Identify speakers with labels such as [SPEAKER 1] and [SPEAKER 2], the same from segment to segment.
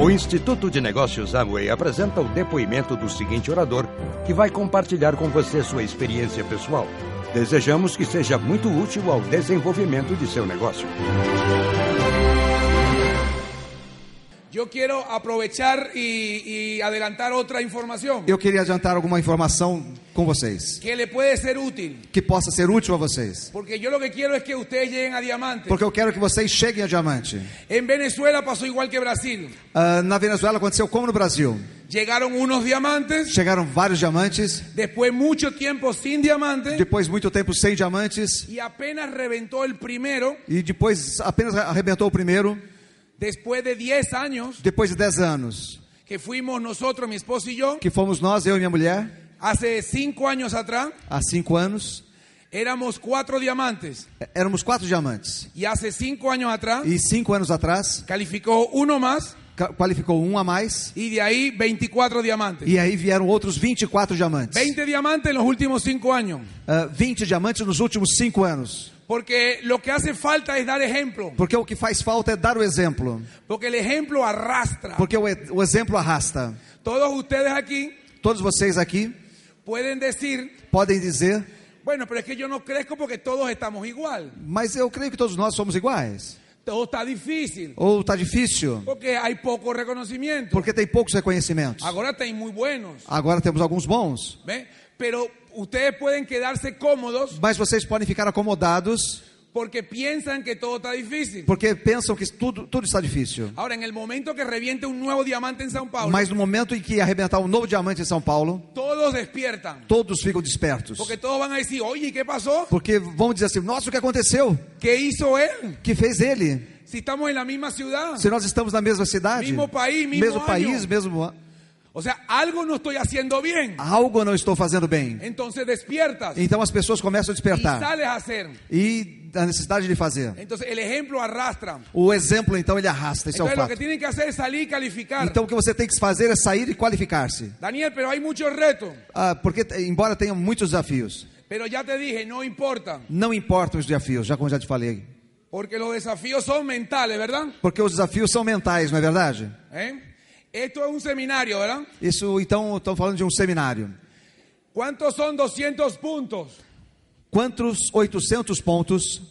[SPEAKER 1] O Instituto de Negócios Amway apresenta o depoimento do seguinte orador, que vai compartilhar com você sua experiência pessoal. Desejamos que seja muito útil ao desenvolvimento de seu negócio.
[SPEAKER 2] Yo quiero aprovechar y, y adelantar otra información
[SPEAKER 3] Eu queria adiantar alguma informação com vocês
[SPEAKER 2] que le puede ser útil,
[SPEAKER 3] que possa ser útil a vocês.
[SPEAKER 2] porque yo lo que quiero es que ustedes lleguen a diamante.
[SPEAKER 3] Porque eu quero que vocês cheguem a diamante.
[SPEAKER 2] En Venezuela pasó igual que Brasil.
[SPEAKER 3] Ah, na Venezuela aconteceu como no Brasil.
[SPEAKER 2] Llegaron unos diamantes,
[SPEAKER 3] Chegaram vários diamantes,
[SPEAKER 2] después mucho tiempo sin diamantes
[SPEAKER 3] depois muito tempo sem diamantes
[SPEAKER 2] y apenas reventó el primero,
[SPEAKER 3] e depois apenas arrebentou o primeiro.
[SPEAKER 2] después de 10 años
[SPEAKER 3] Depois de 10 anos,
[SPEAKER 2] que fuimos nosotros, mi esposo y yo,
[SPEAKER 3] que fomos nós, eu e minha mulher,
[SPEAKER 2] hace 5 años atrás,
[SPEAKER 3] há 5 anos,
[SPEAKER 2] éramos quatro diamantes
[SPEAKER 3] é- éramos quatro diamantes.
[SPEAKER 2] y hace 5 años atrás
[SPEAKER 3] E 5 anos atrás,
[SPEAKER 2] calificó uno más
[SPEAKER 3] ca- qualificou um a mais
[SPEAKER 2] y de ahí 24 diamantes.
[SPEAKER 3] e aí vieram outros 24 diamantes.
[SPEAKER 2] 20 diamantes en los últimos 5 anos.
[SPEAKER 3] Ah, 20 diamantes nos últimos 5 anos.
[SPEAKER 2] Porque lo que hace falta es dar ejemplo.
[SPEAKER 3] Porque o que faz falta é dar o exemplo.
[SPEAKER 2] Porque el ejemplo arrastra.
[SPEAKER 3] Porque o, e- o exemplo arrasta.
[SPEAKER 2] Todos ustedes aquí
[SPEAKER 3] Todos vocês aqui
[SPEAKER 2] pueden decir,
[SPEAKER 3] podem dizer,
[SPEAKER 2] bueno, pero es que yo no crezco porque todos estamos igual.
[SPEAKER 3] mas eu creio que todos nós somos iguais.
[SPEAKER 2] Todo está difícil.
[SPEAKER 3] Ou está difícil,
[SPEAKER 2] Porque hay poco reconocimiento.
[SPEAKER 3] porque tem poucos reconhecimentos.
[SPEAKER 2] Ahora están muy buenos.
[SPEAKER 3] Agora temos alguns bons,
[SPEAKER 2] ¿ve? Pero ustedes pueden quedarse cómodos
[SPEAKER 3] mas vocês podem ficar acomodados
[SPEAKER 2] porque piensan que todo está difícil.
[SPEAKER 3] porque pensam que tudo, tudo está difícil.
[SPEAKER 2] Ahora, en el momento que reviente un nuevo diamante en São Paulo,
[SPEAKER 3] Mas no momento em que arrebentar um novo diamante em São Paulo,
[SPEAKER 2] todos despiertan.
[SPEAKER 3] todos ficam despertos.
[SPEAKER 2] Porque todos van a decir, oye, ¿qué pasó?
[SPEAKER 3] Porque vão dizer assim: nossa, o que aconteceu?
[SPEAKER 2] ¿Qué hizo él?
[SPEAKER 3] O que fez ele?
[SPEAKER 2] Si estamos en la misma ciudad.
[SPEAKER 3] Se nós estamos na mesma cidade,
[SPEAKER 2] Mesmo país, mesmo
[SPEAKER 3] mesmo
[SPEAKER 2] ano.
[SPEAKER 3] país, mesmo. a-
[SPEAKER 2] O sea, algo no estoy haciendo bien.
[SPEAKER 3] Algo eu não estou fazendo bem.
[SPEAKER 2] Entonces despiertas
[SPEAKER 3] Então as pessoas começam
[SPEAKER 2] y
[SPEAKER 3] a despertar
[SPEAKER 2] sales a hacer.
[SPEAKER 3] e a necessidade de fazer.
[SPEAKER 2] Entonces el ejemplo arrastra.
[SPEAKER 3] O exemplo então ele arrasta, isso é o
[SPEAKER 2] Entonces lo que
[SPEAKER 3] fato.
[SPEAKER 2] tienen que hacer es salir y calificar.
[SPEAKER 3] Então o que você tem que fazer é sair e qualificar-se.
[SPEAKER 2] Daniel, pero hay muchos retos.
[SPEAKER 3] Ah, porque t- embora tenha muitos desafios,
[SPEAKER 2] Pero ya te dije, no importa.
[SPEAKER 3] não importam os desafios, já como já te falei,
[SPEAKER 2] Porque los desafíos son mentales, ¿verdad?
[SPEAKER 3] porque os desafios são mentais, não é verdade?
[SPEAKER 2] ¿Eh? Esto es un seminario, ¿verdad?
[SPEAKER 3] Isso então estão falando de um seminário.
[SPEAKER 2] ¿Cuántos son 200 puntos?
[SPEAKER 3] Quantos 800 pontos?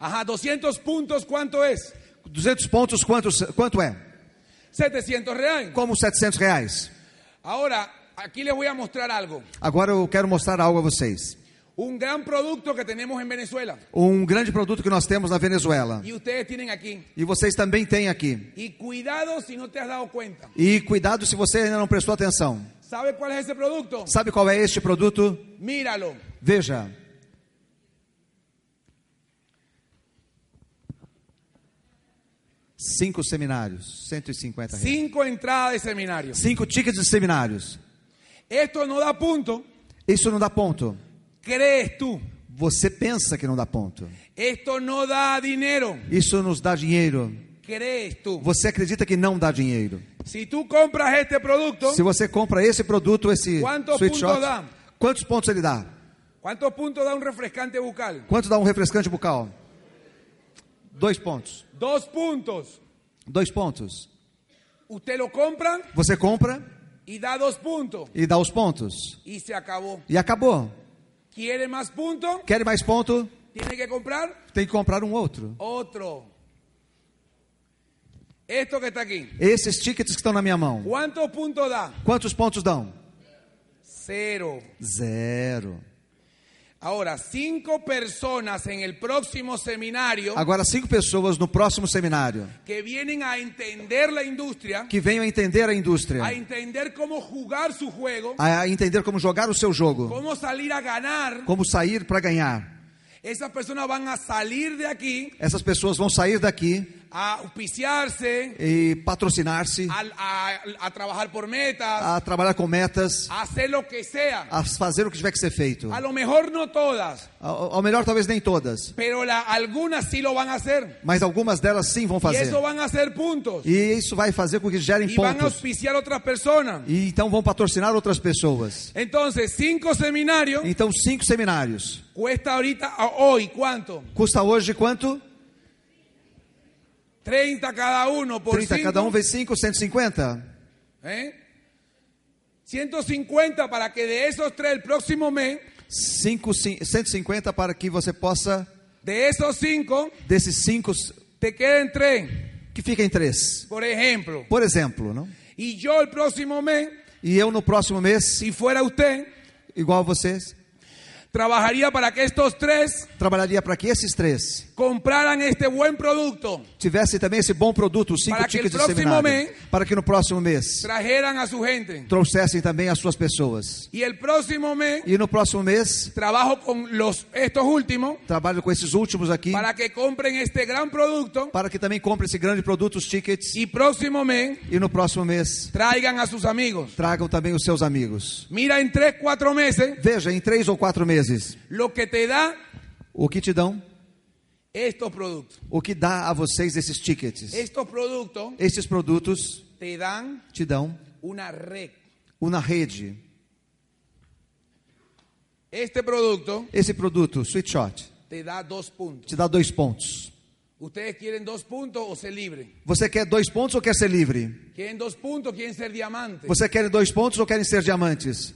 [SPEAKER 2] Ajá, 200 puntos, ¿cuánto es?
[SPEAKER 3] 200 pontos quantos, quanto é?
[SPEAKER 2] 700 reales.
[SPEAKER 3] Como 700 reais.
[SPEAKER 2] Ahora, aquí les voy a mostrar algo.
[SPEAKER 3] Agora eu quero mostrar algo a vocês.
[SPEAKER 2] Un gran producto que tenemos en Venezuela.
[SPEAKER 3] Um grande produto que nós temos na Venezuela.
[SPEAKER 2] Y ustedes tienen aquí.
[SPEAKER 3] E vocês também têm aqui.
[SPEAKER 2] Y cuidado si no te has dado cuenta.
[SPEAKER 3] E cuidado se você ainda não prestou atenção.
[SPEAKER 2] ¿Sabe cuál es ese producto?
[SPEAKER 3] Sabe qual é este produto?
[SPEAKER 2] Míralo.
[SPEAKER 3] Veja. Cinco seminários, 150 reais.
[SPEAKER 2] Cinco entradas de seminario.
[SPEAKER 3] Cinco tickets de seminários.
[SPEAKER 2] Esto no da punto.
[SPEAKER 3] Isso não dá ponto.
[SPEAKER 2] Crees tú.
[SPEAKER 3] Você pensa que não dá ponto.
[SPEAKER 2] Esto no da dinero.
[SPEAKER 3] Isso nos dá dinheiro.
[SPEAKER 2] Crees tú.
[SPEAKER 3] Você acredita que não dá dinheiro.
[SPEAKER 2] Si tú compras este producto,
[SPEAKER 3] Se você compra esse produto, esse
[SPEAKER 2] Então, Quantos
[SPEAKER 3] sweet
[SPEAKER 2] pontos
[SPEAKER 3] shot,
[SPEAKER 2] dá?
[SPEAKER 3] quantos pontos ele dá?
[SPEAKER 2] ¿cuántos puntos da un refrescante bucal?
[SPEAKER 3] Quanto dá um refrescante bucal? Dois pontos.
[SPEAKER 2] Dos puntos.
[SPEAKER 3] Dois pontos.
[SPEAKER 2] Usted lo compra
[SPEAKER 3] Você compra
[SPEAKER 2] y da dos puntos.
[SPEAKER 3] e dá os pontos.
[SPEAKER 2] Y se acabó.
[SPEAKER 3] E acabou.
[SPEAKER 2] ¿Quiere más puntos?
[SPEAKER 3] Quer mais ponto?
[SPEAKER 2] Tiene que comprar
[SPEAKER 3] Tem que comprar um outro.
[SPEAKER 2] otro. Esto que está aquí.
[SPEAKER 3] Esses tickets que estão na minha mão,
[SPEAKER 2] ¿Cuántos puntos da?
[SPEAKER 3] quantos pontos dão?
[SPEAKER 2] Cero.
[SPEAKER 3] Zero.
[SPEAKER 2] Ahora, cinco personas en el próximo seminario
[SPEAKER 3] Agora, cinco pessoas no próximo seminário
[SPEAKER 2] que vienen a entender la industria,
[SPEAKER 3] que venham a entender a indústria,
[SPEAKER 2] a entender cómo jugar su juego,
[SPEAKER 3] a entender como jogar o seu jogo,
[SPEAKER 2] cómo salir a ganar.
[SPEAKER 3] como sair para ganhar.
[SPEAKER 2] Esas personas van a salir de aquí
[SPEAKER 3] Essas pessoas vão sair daqui
[SPEAKER 2] a auspiciarse,
[SPEAKER 3] e patrocinar-se,
[SPEAKER 2] al- a, a trabajar por metas,
[SPEAKER 3] a trabalhar com metas,
[SPEAKER 2] a hacer lo que sea.
[SPEAKER 3] a fazer o que tiver que ser feito.
[SPEAKER 2] A lo mejor no todas,
[SPEAKER 3] Ao ao melhor, talvez nem todas,
[SPEAKER 2] pero la- algunas sí lo van a hacer.
[SPEAKER 3] mas algumas delas sim vão
[SPEAKER 2] Y
[SPEAKER 3] fazer.
[SPEAKER 2] eso van a hacer puntos.
[SPEAKER 3] E isso vai fazer com que gerem
[SPEAKER 2] Y van a
[SPEAKER 3] pontos.
[SPEAKER 2] auspiciar otras personas.
[SPEAKER 3] E então vão patrocinar outras pessoas.
[SPEAKER 2] Entonces, cinco seminarios.
[SPEAKER 3] Então, cinco seminários.
[SPEAKER 2] Cuesta ahorita, a- hoy, ¿cuánto?
[SPEAKER 3] Custa hoje quanto?
[SPEAKER 2] 30 cada uno por
[SPEAKER 3] 30,
[SPEAKER 2] cinco,
[SPEAKER 3] cada um vezes 5, 150.
[SPEAKER 2] ¿eh? 150 para que de esos tres el próximo mes,
[SPEAKER 3] 5, 150 para que você possa,
[SPEAKER 2] de esos cinco,
[SPEAKER 3] desses 5,
[SPEAKER 2] te queden tres,
[SPEAKER 3] que fiquem 3.
[SPEAKER 2] por ejemplo.
[SPEAKER 3] Por exemplo, não?
[SPEAKER 2] Y yo el próximo mes,
[SPEAKER 3] E eu no próximo mês,
[SPEAKER 2] si fuera usted,
[SPEAKER 3] igual a vocês,
[SPEAKER 2] trabajaría para que estos tres
[SPEAKER 3] trabalharia para que esses três
[SPEAKER 2] compraran este buen producto,
[SPEAKER 3] tivessem também esse bom produto, os cinco
[SPEAKER 2] Para que
[SPEAKER 3] tickets
[SPEAKER 2] el
[SPEAKER 3] de
[SPEAKER 2] próximo
[SPEAKER 3] seminário,
[SPEAKER 2] mês-
[SPEAKER 3] para que no próximo mês
[SPEAKER 2] trajeran a su gente.
[SPEAKER 3] trouxessem também as suas pessoas.
[SPEAKER 2] Y el próximo mes,
[SPEAKER 3] E no próximo mês,
[SPEAKER 2] trabajo con los, estos últimos
[SPEAKER 3] trabalho com esses últimos aqui,
[SPEAKER 2] para
[SPEAKER 3] para,
[SPEAKER 2] que compren este gran producto.
[SPEAKER 3] que também compre esse grande produto, os tickets, e,
[SPEAKER 2] Y próximo mes,
[SPEAKER 3] no próximo mês
[SPEAKER 2] traigan a sus amigos.
[SPEAKER 3] tragam também os seus amigos.
[SPEAKER 2] Mira en tres, cuatro meses,
[SPEAKER 3] Veja, em três ou quatro meses,
[SPEAKER 2] lo que te da
[SPEAKER 3] o que te dão,
[SPEAKER 2] estos productos.
[SPEAKER 3] o que dá a vocês esses tickets.
[SPEAKER 2] Estos productos
[SPEAKER 3] Esses produtos
[SPEAKER 2] te dan
[SPEAKER 3] te dão
[SPEAKER 2] una red.
[SPEAKER 3] o na rede.
[SPEAKER 2] Este producto
[SPEAKER 3] Esse produto, Sweet Shot,
[SPEAKER 2] te da dos puntos.
[SPEAKER 3] te dá dois pontos.
[SPEAKER 2] ¿Ustedes quieren dos puntos o ser libre?
[SPEAKER 3] Você quer dois pontos ou quer ser livre?
[SPEAKER 2] ¿Quieren dos puntos? ¿Quieren ser diamante?
[SPEAKER 3] Você quer dois pontos ou querem ser diamantes?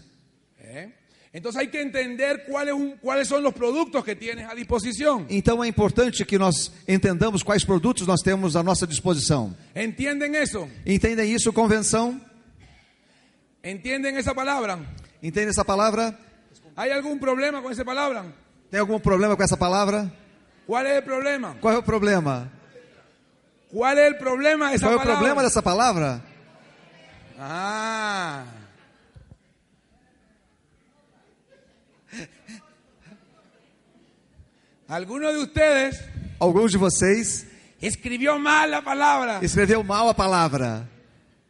[SPEAKER 2] ¿Eh? Entonces hay que entender cuál es un- cuáles son los productos que tienes a disposición.
[SPEAKER 3] Então é importante que nós entendamos quais produtos nós temos à nossa disposição.
[SPEAKER 2] ¿Entienden eso?
[SPEAKER 3] Entendem isso, convenção?
[SPEAKER 2] ¿Entienden esa palabra?
[SPEAKER 3] Entendem essa palavra?
[SPEAKER 2] ¿Hay algún problema con esa palabra?
[SPEAKER 3] Tem algum problema com essa palavra?
[SPEAKER 2] ¿Cuál es el problema?
[SPEAKER 3] Qual é o problema?
[SPEAKER 2] ¿Cuál es el problema de esa
[SPEAKER 3] Qual é o
[SPEAKER 2] palabra?
[SPEAKER 3] problema dessa palavra?
[SPEAKER 2] Ah. Alguno de ustedes
[SPEAKER 3] Alguns de vocês
[SPEAKER 2] escribió mal la palabra.
[SPEAKER 3] escreveu mal a palavra.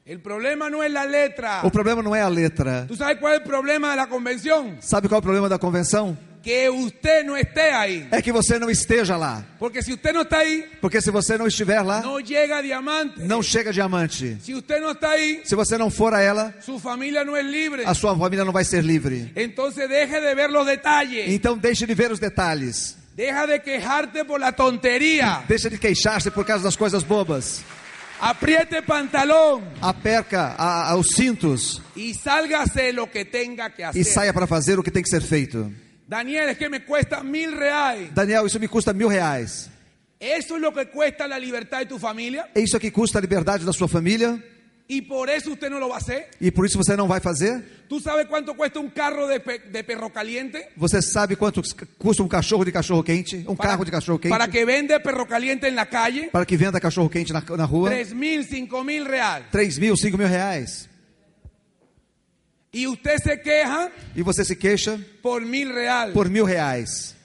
[SPEAKER 2] El problema no es la letra.
[SPEAKER 3] O problema não é a letra.
[SPEAKER 2] ¿Tú sabes cuál es el problema de la convención?
[SPEAKER 3] Sabe qual é o problema da convenção?
[SPEAKER 2] Que usted no esté ahí.
[SPEAKER 3] É que você não esteja lá.
[SPEAKER 2] Porque si usted no está ahí,
[SPEAKER 3] Porque se você não estiver lá,
[SPEAKER 2] no llega diamante.
[SPEAKER 3] não chega diamante.
[SPEAKER 2] Si usted no está ahí,
[SPEAKER 3] Se você não for a ela,
[SPEAKER 2] su familia no es libre.
[SPEAKER 3] a sua família não vai ser livre.
[SPEAKER 2] Entonces deje de ver los detalles.
[SPEAKER 3] Então deixe de ver os detalhes.
[SPEAKER 2] Deja de quejarte por la tontería.
[SPEAKER 3] Deixa de queixar-se por causa das coisas bobas.
[SPEAKER 2] Apriete pantalón
[SPEAKER 3] Aperca a, a, os cintos
[SPEAKER 2] y sálgase lo que tenga que
[SPEAKER 3] e
[SPEAKER 2] hacer.
[SPEAKER 3] saia para fazer o que tem que ser feito.
[SPEAKER 2] Daniel, es que me cuesta mil reales.
[SPEAKER 3] Daniel, isso me custa mil reais.
[SPEAKER 2] Eso es lo que cuesta la libertad de tu familia
[SPEAKER 3] É isso que custa a liberdade da sua família
[SPEAKER 2] y por eso usted no lo va a hacer.
[SPEAKER 3] e por isso você não vai fazer?
[SPEAKER 2] ¿Tú sabes cuánto cuesta un carro de, pe- de perro caliente?
[SPEAKER 3] Você sabe quanto c- custa um cachorro de cachorro quente? Um carro de cachorro quente?
[SPEAKER 2] para que vende perro caliente en la calle,
[SPEAKER 3] Para que venda cachorro quente na, na rua?
[SPEAKER 2] tres mil, cinco mil reales.
[SPEAKER 3] 3 mil, 5 mil reais.
[SPEAKER 2] Y usted se queja
[SPEAKER 3] E você se queixa
[SPEAKER 2] por mil reales.
[SPEAKER 3] por mil reais.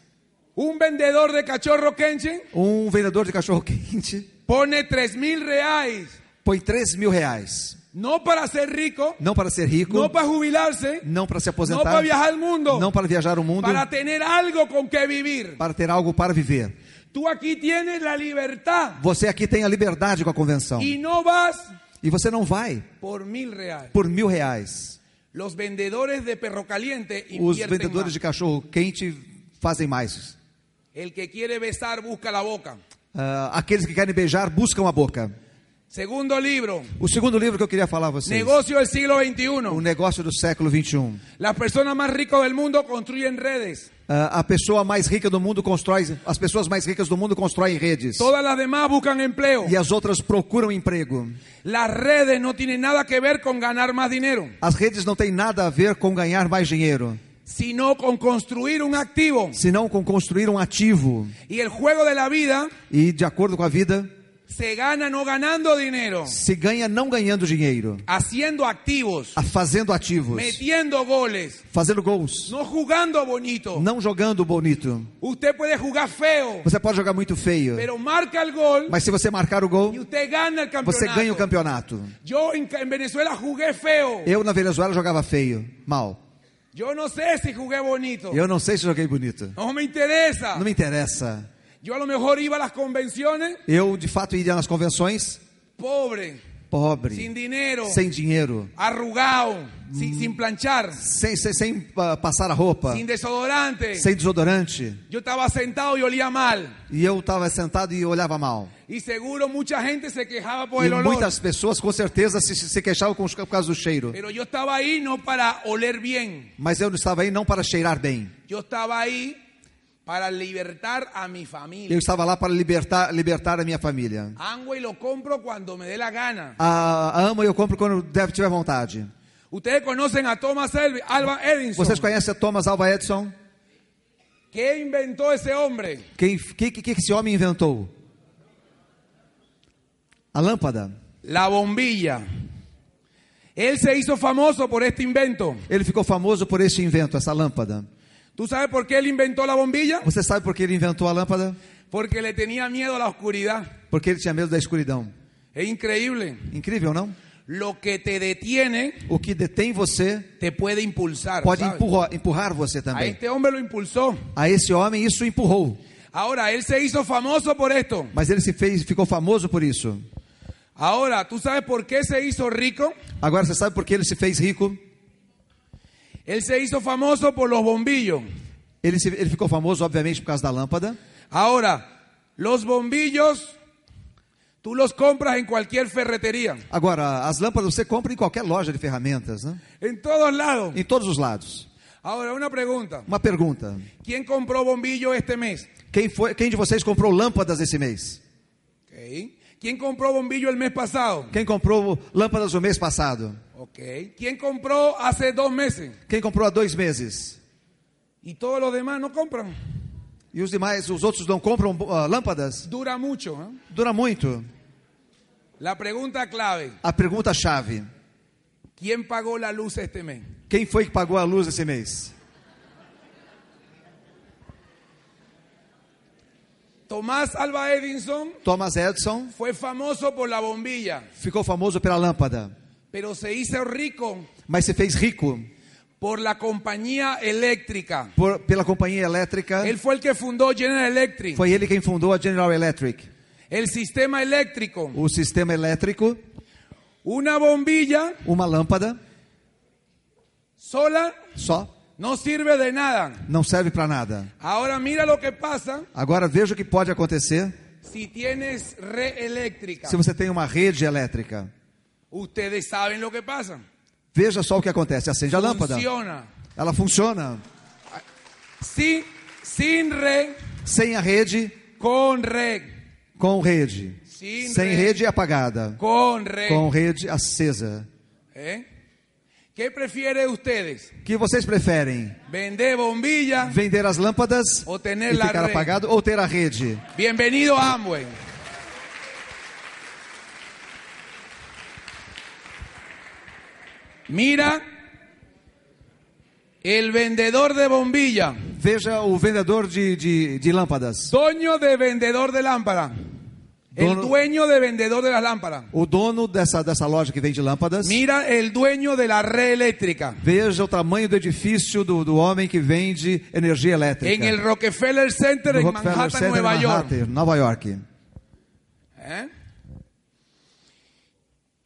[SPEAKER 2] Un vendedor de cachorro quenche
[SPEAKER 3] Um vendedor de cachorro quente
[SPEAKER 2] pone tres mil reales,
[SPEAKER 3] põe 3 mil reais.
[SPEAKER 2] no para ser rico,
[SPEAKER 3] Não para ser rico,
[SPEAKER 2] no para jubilarse,
[SPEAKER 3] não para se
[SPEAKER 2] no
[SPEAKER 3] aposentar,
[SPEAKER 2] para viajar al mundo,
[SPEAKER 3] não para viajar o mundo,
[SPEAKER 2] para tener algo con que vivir.
[SPEAKER 3] para ter algo para viver.
[SPEAKER 2] Tú aquí tienes la libertad
[SPEAKER 3] Você aqui tem a liberdade com a convenção.
[SPEAKER 2] y no vas
[SPEAKER 3] E você não vai
[SPEAKER 2] por mil reales.
[SPEAKER 3] por mil reais.
[SPEAKER 2] Los vendedores de perro caliente
[SPEAKER 3] Os
[SPEAKER 2] invierten
[SPEAKER 3] vendedores
[SPEAKER 2] más.
[SPEAKER 3] de cachorro quente fazem mais.
[SPEAKER 2] El que quiere besar busca la boca.
[SPEAKER 3] Ah, aqueles que querem beijar buscam a boca.
[SPEAKER 2] Segundo libro,
[SPEAKER 3] O segundo livro que eu queria falar a vocês.
[SPEAKER 2] negocio del siglo
[SPEAKER 3] O
[SPEAKER 2] XXI.
[SPEAKER 3] negócio do século 21.
[SPEAKER 2] Las personas más ricas del mundo construyen redes.
[SPEAKER 3] Ah, a pessoa mais rica do mundo constrói, as pessoas mais ricas do mundo constroem redes.
[SPEAKER 2] Todas las demás buscan empleo.
[SPEAKER 3] E as outras procuram emprego.
[SPEAKER 2] Las redes no tienen nada que ver con ganar más dinero,
[SPEAKER 3] As redes não têm nada a ver com ganhar mais dinheiro,
[SPEAKER 2] sino con construir um activo.
[SPEAKER 3] senão com construir um ativo.
[SPEAKER 2] Y el juego de la vida
[SPEAKER 3] E de acordo com a vida,
[SPEAKER 2] se gana no ganando dinero,
[SPEAKER 3] se ganha não ganhando dinheiro,
[SPEAKER 2] haciendo activos,
[SPEAKER 3] a- fazendo ativos,
[SPEAKER 2] metiendo goles,
[SPEAKER 3] fazendo gols,
[SPEAKER 2] no jugando bonito.
[SPEAKER 3] não jogando bonito.
[SPEAKER 2] Usted puede jugar feo,
[SPEAKER 3] Você pode jogar muito feio,
[SPEAKER 2] pero marca el gol
[SPEAKER 3] mas se você marcar o
[SPEAKER 2] y
[SPEAKER 3] gol,
[SPEAKER 2] usted gana pues, el
[SPEAKER 3] você ganha o
[SPEAKER 2] campeonato.
[SPEAKER 3] campeonato.
[SPEAKER 2] Yo en, en Venezuela jugué feo.
[SPEAKER 3] Eu na Venezuela jogava feio, mal.
[SPEAKER 2] Yo no sé si jugué bonito.
[SPEAKER 3] Eu não sei se joguei bonito.
[SPEAKER 2] No me interesa.
[SPEAKER 3] Não me interessa.
[SPEAKER 2] Yo a lo mejor iba a las convenciones
[SPEAKER 3] Eu de fato iria nas convenções
[SPEAKER 2] pobre,
[SPEAKER 3] pobre,
[SPEAKER 2] sin dinero,
[SPEAKER 3] sem dinheiro,
[SPEAKER 2] arrugado, sin, sin planchar,
[SPEAKER 3] sem, sem, sem ah, passar a roupa,
[SPEAKER 2] sin desodorante.
[SPEAKER 3] sem desodorante.
[SPEAKER 2] Yo estaba sentado y olía mal.
[SPEAKER 3] E eu estava sentado e olhava mal.
[SPEAKER 2] Y seguro mucha gente se quejaba por
[SPEAKER 3] E
[SPEAKER 2] el olor.
[SPEAKER 3] muitas pessoas com certeza se, se queixavam com os- por causa do cheiro.
[SPEAKER 2] Pero yo estaba ahí no para oler bien.
[SPEAKER 3] Mas eu não estava aí não para cheirar bem.
[SPEAKER 2] Yo estaba ahí para libertar a mi familia.
[SPEAKER 3] Eu estava lá para libertar, libertar a minha família.
[SPEAKER 2] Angway lo compro cuando me dé la gana.
[SPEAKER 3] A, a amo eu compro quando deve tiver vontade.
[SPEAKER 2] Ustedes conocen a Thomas Elvi- Alva Edison.
[SPEAKER 3] Vocês conhecem a Thomas Alva Edison?
[SPEAKER 2] ¿Qué inventó esse hombre?
[SPEAKER 3] Quem que, que, que esse homem inventou? A lâmpada.
[SPEAKER 2] La bombilla. Él se hizo famoso por este invento.
[SPEAKER 3] Ele ficou famoso por esse invento, essa lâmpada.
[SPEAKER 2] ¿Tú sabes por qué él inventó la bombilla?
[SPEAKER 3] Você sabe por que ele inventou a lâmpada?
[SPEAKER 2] Porque le tenía miedo a la oscuridad.
[SPEAKER 3] Porque ele tinha medo da escuridão.
[SPEAKER 2] Es increíble.
[SPEAKER 3] Incrível, não?
[SPEAKER 2] Lo que te detiene
[SPEAKER 3] O que detém você
[SPEAKER 2] te puede impulsar.
[SPEAKER 3] pode
[SPEAKER 2] ¿sabes?
[SPEAKER 3] empurrar, empurrar você
[SPEAKER 2] A
[SPEAKER 3] também.
[SPEAKER 2] este hombre lo impulsó.
[SPEAKER 3] A esse homem isso empurrou,
[SPEAKER 2] Ahora, él se hizo famoso por esto.
[SPEAKER 3] mas ele se fez, ficou famoso por isso.
[SPEAKER 2] Ahora, ¿tú sabes por qué se hizo rico?
[SPEAKER 3] Agora você sabe por que ele se fez rico?
[SPEAKER 2] Él se hizo famoso por los bombillos.
[SPEAKER 3] Ele, se- ele ficou famoso, obviamente, por causa da lâmpada.
[SPEAKER 2] Ahora, los bombillos tú los compras en cualquier ferretería,
[SPEAKER 3] Agora, as lâmpadas você compra em qualquer loja de ferramentas, né?
[SPEAKER 2] en todos lados.
[SPEAKER 3] em todos os lados.
[SPEAKER 2] Ahora, una pregunta.
[SPEAKER 3] Uma pergunta:
[SPEAKER 2] ¿Quién compró bombillo este mes?
[SPEAKER 3] quem, foi, quem de vocês comprou lâmpadas esse mês?
[SPEAKER 2] Ok. ¿Quién compró bombillo el mes pasado?
[SPEAKER 3] Quem comprou lâmpadas o mês passado?
[SPEAKER 2] Ok. ¿Quién compró hace dos meses?
[SPEAKER 3] Quem comprou há dois meses?
[SPEAKER 2] Y todos los demás no compran.
[SPEAKER 3] E os demais, os outros não compram ah, lâmpadas?
[SPEAKER 2] Dura mucho. ¿eh?
[SPEAKER 3] Dura muito.
[SPEAKER 2] La pregunta clave.
[SPEAKER 3] A pergunta-chave:
[SPEAKER 2] ¿Quién pagó la luz este mes?
[SPEAKER 3] quem foi que pagou a luz esse mês?
[SPEAKER 2] Tomás Alba Edison
[SPEAKER 3] Thomas Edison
[SPEAKER 2] fue famoso por la bombilla,
[SPEAKER 3] ficou famoso pela lâmpada,
[SPEAKER 2] pero se hizo rico
[SPEAKER 3] mas se fez rico
[SPEAKER 2] por la compañía eléctrica.
[SPEAKER 3] por- pela companhia elétrica.
[SPEAKER 2] Él fue el que fundó General Electric,
[SPEAKER 3] Foi ele quem fundou a General Electric,
[SPEAKER 2] el sistema eléctrico.
[SPEAKER 3] o sistema elétrico,
[SPEAKER 2] Una bombilla
[SPEAKER 3] uma lâmpada
[SPEAKER 2] sola
[SPEAKER 3] só,
[SPEAKER 2] no sirve de nada.
[SPEAKER 3] não serve para nada.
[SPEAKER 2] Ahora mira lo que pasa
[SPEAKER 3] Agora veja o que pode acontecer
[SPEAKER 2] si tienes red eléctrica.
[SPEAKER 3] se você tem uma rede elétrica.
[SPEAKER 2] Ustedes saben lo que pasa.
[SPEAKER 3] Veja só o que acontece, acende a lâmpada.
[SPEAKER 2] Funciona.
[SPEAKER 3] Ela funciona.
[SPEAKER 2] Sí, sin red,
[SPEAKER 3] Sem a rede,
[SPEAKER 2] con red,
[SPEAKER 3] com rede.
[SPEAKER 2] Sim, né?
[SPEAKER 3] Sem
[SPEAKER 2] rede.
[SPEAKER 3] rede é apagada,
[SPEAKER 2] con red.
[SPEAKER 3] com rede acesa.
[SPEAKER 2] ¿Eh? ¿Qué prefieren ustedes?
[SPEAKER 3] O que vocês preferem?
[SPEAKER 2] ¿Vender bombilla?
[SPEAKER 3] Vender as lâmpadas
[SPEAKER 2] Ou ter
[SPEAKER 3] e
[SPEAKER 2] la
[SPEAKER 3] ficar
[SPEAKER 2] rede.
[SPEAKER 3] apagado ou ter a rede?
[SPEAKER 2] Bienvenido a Amway. Mira el vendedor de bombilla,
[SPEAKER 3] Veja o vendedor de, de, de lâmpadas.
[SPEAKER 2] dueño de vendedor de lámpara, el
[SPEAKER 3] Dono-
[SPEAKER 2] dueño de vendedor de las lámparas.
[SPEAKER 3] O dono dessa, dessa loja que vende lâmpadas.
[SPEAKER 2] Mira el dueño de la red eléctrica.
[SPEAKER 3] Veja o tamanho do edifício do, do homem que vende energia elétrica.
[SPEAKER 2] En el Rockefeller Center
[SPEAKER 3] No
[SPEAKER 2] en
[SPEAKER 3] Rockefeller
[SPEAKER 2] Manhattan,
[SPEAKER 3] Center, em
[SPEAKER 2] Nueva York.
[SPEAKER 3] Manhattan, Nova York.
[SPEAKER 2] ¿Eh?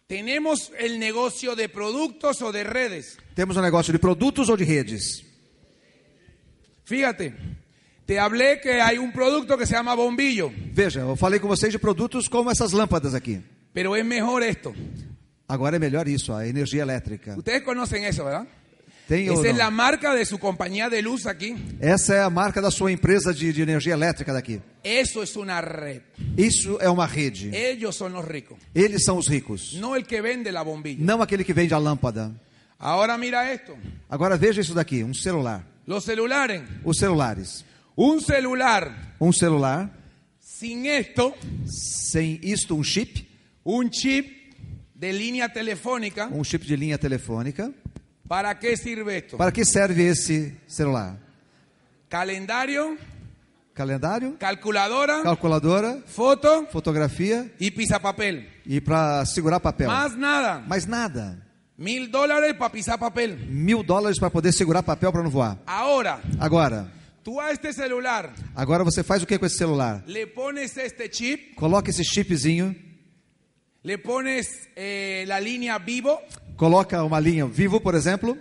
[SPEAKER 2] Tenemos el negocio de productos o de redes.
[SPEAKER 3] Temos um negócio de produtos ou de redes?
[SPEAKER 2] Fíjate, te hablé que hay un producto que se llama bombillo,
[SPEAKER 3] Veja, eu falei com vocês de produtos como essas lâmpadas aqui.
[SPEAKER 2] pero es mejor esto.
[SPEAKER 3] Agora é melhor isso, a energia elétrica.
[SPEAKER 2] Ustedes conocen eso, ¿verdad?
[SPEAKER 3] Tem ou
[SPEAKER 2] Esa es é la
[SPEAKER 3] não?
[SPEAKER 2] marca de su compañía de luz aquí.
[SPEAKER 3] Essa é a marca da sua empresa de, de energia elétrica daqui.
[SPEAKER 2] Eso es una red.
[SPEAKER 3] Isso é uma rede.
[SPEAKER 2] Ellos son los ricos,
[SPEAKER 3] Eles são os ricos,
[SPEAKER 2] no el que vende la bombilla.
[SPEAKER 3] não aquele que vende a lâmpada.
[SPEAKER 2] Ahora mira esto,
[SPEAKER 3] Agora veja isso daqui, um celular.
[SPEAKER 2] los celulares.
[SPEAKER 3] Os celulares.
[SPEAKER 2] Un celular
[SPEAKER 3] Um celular
[SPEAKER 2] sin esto,
[SPEAKER 3] sem isto, um chip,
[SPEAKER 2] un chip de línea telefónica,
[SPEAKER 3] um chip de linha telefônica.
[SPEAKER 2] ¿para qué sirve esto?
[SPEAKER 3] Para que serve esse celular?
[SPEAKER 2] Calendario,
[SPEAKER 3] Calendário,
[SPEAKER 2] calculadora,
[SPEAKER 3] calculadora,
[SPEAKER 2] foto
[SPEAKER 3] fotografia
[SPEAKER 2] y pisapapel.
[SPEAKER 3] e para segurar papel.
[SPEAKER 2] Más nada.
[SPEAKER 3] Mas nada.
[SPEAKER 2] Mil dólares para pisar papel.
[SPEAKER 3] Mil dólares para poder segurar papel para não voar.
[SPEAKER 2] Ahora,
[SPEAKER 3] Agora,
[SPEAKER 2] tú a este celular
[SPEAKER 3] agora você faz o que com esse celular?
[SPEAKER 2] le pones este chip
[SPEAKER 3] Coloca esse chipzinho
[SPEAKER 2] Le pones eh, la línea vivo
[SPEAKER 3] Coloca uma linha vivo, por exemplo.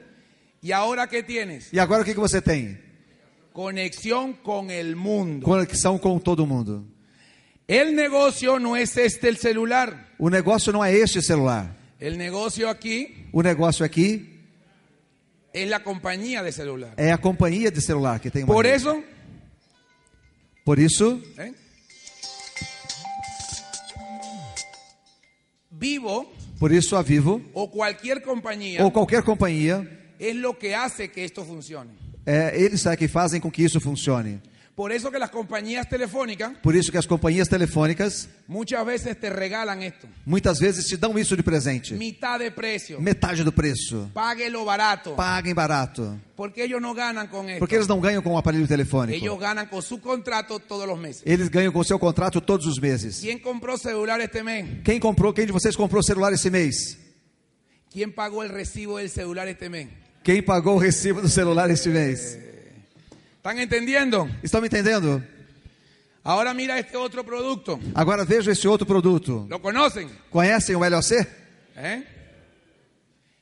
[SPEAKER 2] y ahora ¿qué tienes?
[SPEAKER 3] E agora o que, que você tem?
[SPEAKER 2] Conexión con el mundo.
[SPEAKER 3] Conexão com todo mundo.
[SPEAKER 2] El negocio no es este el celular.
[SPEAKER 3] O negócio não é este celular.
[SPEAKER 2] El negocio aquí
[SPEAKER 3] O negócio aqui
[SPEAKER 2] es la compañía de celular.
[SPEAKER 3] é a companhia de celular que tem uma
[SPEAKER 2] Por
[SPEAKER 3] rede.
[SPEAKER 2] eso,
[SPEAKER 3] Por isso,
[SPEAKER 2] ¿eh? Vivo
[SPEAKER 3] por isso a Vivo
[SPEAKER 2] o cualquier compañía
[SPEAKER 3] ou qualquer companhia,
[SPEAKER 2] es lo que hace que esto funcione.
[SPEAKER 3] é, eles é que fazem com que isso funcione.
[SPEAKER 2] Por eso que las compañías telefónicas
[SPEAKER 3] Por isso que as companhias telefônicas
[SPEAKER 2] muchas veces te regalan esto.
[SPEAKER 3] muitas vezes te dão isso de presente.
[SPEAKER 2] Mitad de precio.
[SPEAKER 3] Metade do preço.
[SPEAKER 2] Pague lo barato.
[SPEAKER 3] Paguem barato.
[SPEAKER 2] Porque ellos no ganan con esto.
[SPEAKER 3] Porque eles não ganham com o aparelho
[SPEAKER 2] Ellos
[SPEAKER 3] telefônico.
[SPEAKER 2] ganan con su contrato todos los meses.
[SPEAKER 3] Eles ganham com o seu contrato todos os meses.
[SPEAKER 2] ¿Quién compró celular este mes?
[SPEAKER 3] Quem comprou, quem de vocês comprou celular esse mês?
[SPEAKER 2] ¿Quién pagó el recibo del celular este mes?
[SPEAKER 3] Quem pagou o recibo do celular este mês?
[SPEAKER 2] ¿Están entendiendo?
[SPEAKER 3] Estão me entendendo?
[SPEAKER 2] Ahora mira este otro producto.
[SPEAKER 3] Agora veja esse outro produto.
[SPEAKER 2] ¿Lo conocen?
[SPEAKER 3] Conhecem o LOC?
[SPEAKER 2] ¿Eh?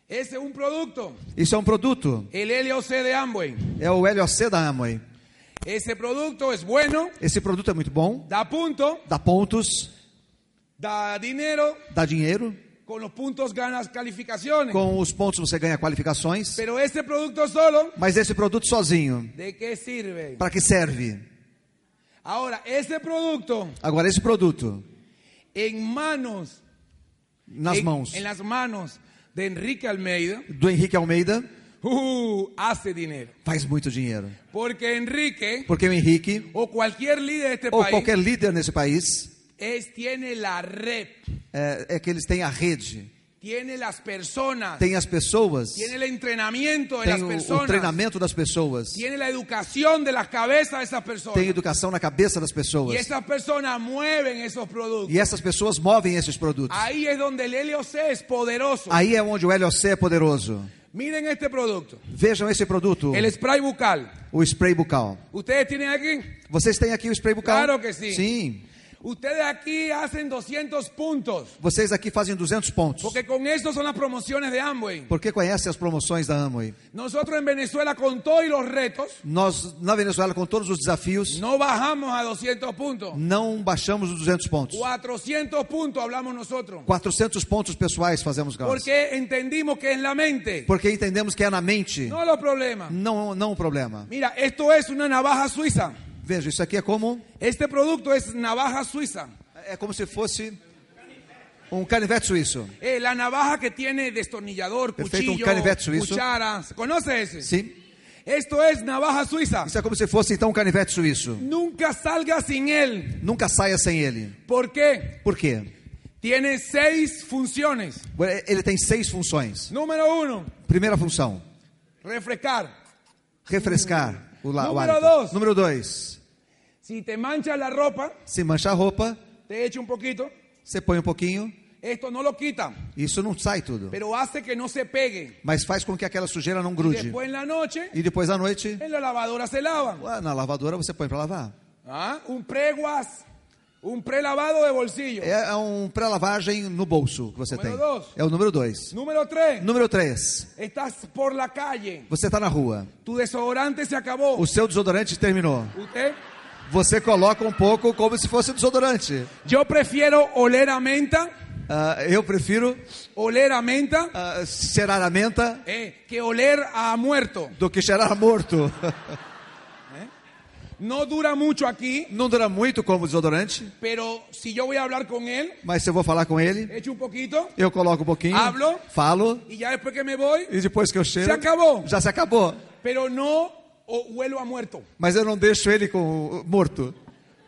[SPEAKER 2] Ese es un producto.
[SPEAKER 3] Isso é um produto.
[SPEAKER 2] El LOC de Amway.
[SPEAKER 3] É o LOC da Amway.
[SPEAKER 2] Ese producto es bueno,
[SPEAKER 3] Esse produto é muito bom.
[SPEAKER 2] da punto,
[SPEAKER 3] Dá pontos,
[SPEAKER 2] da dinero,
[SPEAKER 3] dá dinheiro.
[SPEAKER 2] con los puntos ganas calificaciones.
[SPEAKER 3] Com os pontos você ganha qualificações.
[SPEAKER 2] Pero ese producto solo,
[SPEAKER 3] Mas esse produto sozinho,
[SPEAKER 2] ¿de qué sirve?
[SPEAKER 3] para que serve?
[SPEAKER 2] Ahora, ese producto
[SPEAKER 3] Agora, esse produto,
[SPEAKER 2] en manos,
[SPEAKER 3] nas
[SPEAKER 2] en,
[SPEAKER 3] mãos
[SPEAKER 2] en las manos de Enrique Almeida,
[SPEAKER 3] do Henrique Almeida,
[SPEAKER 2] uh, hace dinero.
[SPEAKER 3] faz muito dinheiro.
[SPEAKER 2] Porque Enrique
[SPEAKER 3] Porque o Henrique,
[SPEAKER 2] o cualquier líder de este
[SPEAKER 3] ou
[SPEAKER 2] país
[SPEAKER 3] qualquer líder nesse país,
[SPEAKER 2] es, tiene la red,
[SPEAKER 3] é, é que eles têm a rede,
[SPEAKER 2] tiene las personas,
[SPEAKER 3] tem as pessoas,
[SPEAKER 2] tiene el entrenamiento de
[SPEAKER 3] tem
[SPEAKER 2] las
[SPEAKER 3] o, o
[SPEAKER 2] personas,
[SPEAKER 3] treinamento das pessoas,
[SPEAKER 2] tiene la educación de las cabezas de esas
[SPEAKER 3] tem
[SPEAKER 2] personas.
[SPEAKER 3] educação na cabeça das
[SPEAKER 2] Y
[SPEAKER 3] pessoas.
[SPEAKER 2] esas personas mueven esos productos.
[SPEAKER 3] E essas pessoas movem esses produtos.
[SPEAKER 2] Ahí es donde el LOC es poderoso.
[SPEAKER 3] Aí é onde o LOC é poderoso.
[SPEAKER 2] Miren este producto,
[SPEAKER 3] Vejam esse produto,
[SPEAKER 2] el spray bucal.
[SPEAKER 3] o spray bucal.
[SPEAKER 2] ¿Ustedes tienen aquí?
[SPEAKER 3] Vocês têm aqui o spray bucal?
[SPEAKER 2] Claro que sim.
[SPEAKER 3] Sim.
[SPEAKER 2] Ustedes aquí hacen 200 puntos,
[SPEAKER 3] Vocês aqui fazem 200 pontos.
[SPEAKER 2] porque con esto son las promociones de Amway.
[SPEAKER 3] Porque conhecem as promoções da Amway.
[SPEAKER 2] Nosotros en Venezuela con todos los retos
[SPEAKER 3] Nós, na Venezuela, com todos os desafios,
[SPEAKER 2] no bajamos a 200 puntos.
[SPEAKER 3] não baixamos os 200 pontos.
[SPEAKER 2] 400 puntos hablamos nosotros.
[SPEAKER 3] 400 pontos pessoais fazemos nós.
[SPEAKER 2] Porque entendimos que es la mente,
[SPEAKER 3] Porque entendemos que é na mente,
[SPEAKER 2] no los problemas.
[SPEAKER 3] não, não o problema.
[SPEAKER 2] Mira, esto es una navaja suiza.
[SPEAKER 3] Veja, isso aqui é como,
[SPEAKER 2] Este producto es navaja suiza.
[SPEAKER 3] é como se fosse um canivete suíço.
[SPEAKER 2] Eh, la navaja que tiene destornillador,
[SPEAKER 3] Perfecto, un
[SPEAKER 2] cuchillo,
[SPEAKER 3] canivete suizo.
[SPEAKER 2] cucharas. ¿Conoce ese?
[SPEAKER 3] Sim?
[SPEAKER 2] Esto es navaja suiza.
[SPEAKER 3] Isso é como se fosse, então, um canivete suíço.
[SPEAKER 2] Nunca salga sin él.
[SPEAKER 3] Nunca saia sem ele.
[SPEAKER 2] ¿Por qué?
[SPEAKER 3] Por quê?
[SPEAKER 2] Tiene seis funciones.
[SPEAKER 3] Ele tem seis funções.
[SPEAKER 2] Número uno,
[SPEAKER 3] Primeira função,
[SPEAKER 2] refrescar.
[SPEAKER 3] refrescar o, la, o
[SPEAKER 2] Número
[SPEAKER 3] hálito.
[SPEAKER 2] dois.
[SPEAKER 3] Número dois,
[SPEAKER 2] Si te mancha la ropa,
[SPEAKER 3] se mancha a roupa,
[SPEAKER 2] te echa un poquito.
[SPEAKER 3] você põe um pouquinho,
[SPEAKER 2] Esto no lo quita,
[SPEAKER 3] isso não sai tudo.
[SPEAKER 2] pero hace que no se pegue.
[SPEAKER 3] Mas faz com que aquela sujeira não grude.
[SPEAKER 2] Después en la noche,
[SPEAKER 3] E depois à noite,
[SPEAKER 2] en la lavadora se lava.
[SPEAKER 3] ué, na lavadora você põe para lavar.
[SPEAKER 2] ¿Ah? Un preguas, un prelavado de bolsillo.
[SPEAKER 3] É é um pré-lavagem no bolso que você
[SPEAKER 2] Número
[SPEAKER 3] tem.
[SPEAKER 2] dois.
[SPEAKER 3] É o número dois.
[SPEAKER 2] Número tres,
[SPEAKER 3] Número três,
[SPEAKER 2] estás por la calle.
[SPEAKER 3] você está na rua.
[SPEAKER 2] Tu desodorante se acabó.
[SPEAKER 3] O seu desodorante terminou.
[SPEAKER 2] Usted,
[SPEAKER 3] Você coloca um pouco como se fosse desodorante.
[SPEAKER 2] yo prefiero oler a menta,
[SPEAKER 3] Ah, eu prefiro
[SPEAKER 2] oler a menta,
[SPEAKER 3] ah, cheirar a menta
[SPEAKER 2] eh, que oler a muerto.
[SPEAKER 3] do que cheirar a morto.
[SPEAKER 2] No dura mucho aquí,
[SPEAKER 3] Não dura muito como desodorante,
[SPEAKER 2] pero si yo voy a hablar con él,
[SPEAKER 3] mas se eu vou falar com ele,
[SPEAKER 2] echo un poquito
[SPEAKER 3] eu coloco um pouquinho,
[SPEAKER 2] Hablo.
[SPEAKER 3] falo,
[SPEAKER 2] y ya despuis que me voy,
[SPEAKER 3] e depois que eu cheiro,
[SPEAKER 2] Se acabou.
[SPEAKER 3] já se acabou.
[SPEAKER 2] pero no o- huelo a muerto.
[SPEAKER 3] Mas eu não deixo ele com morto.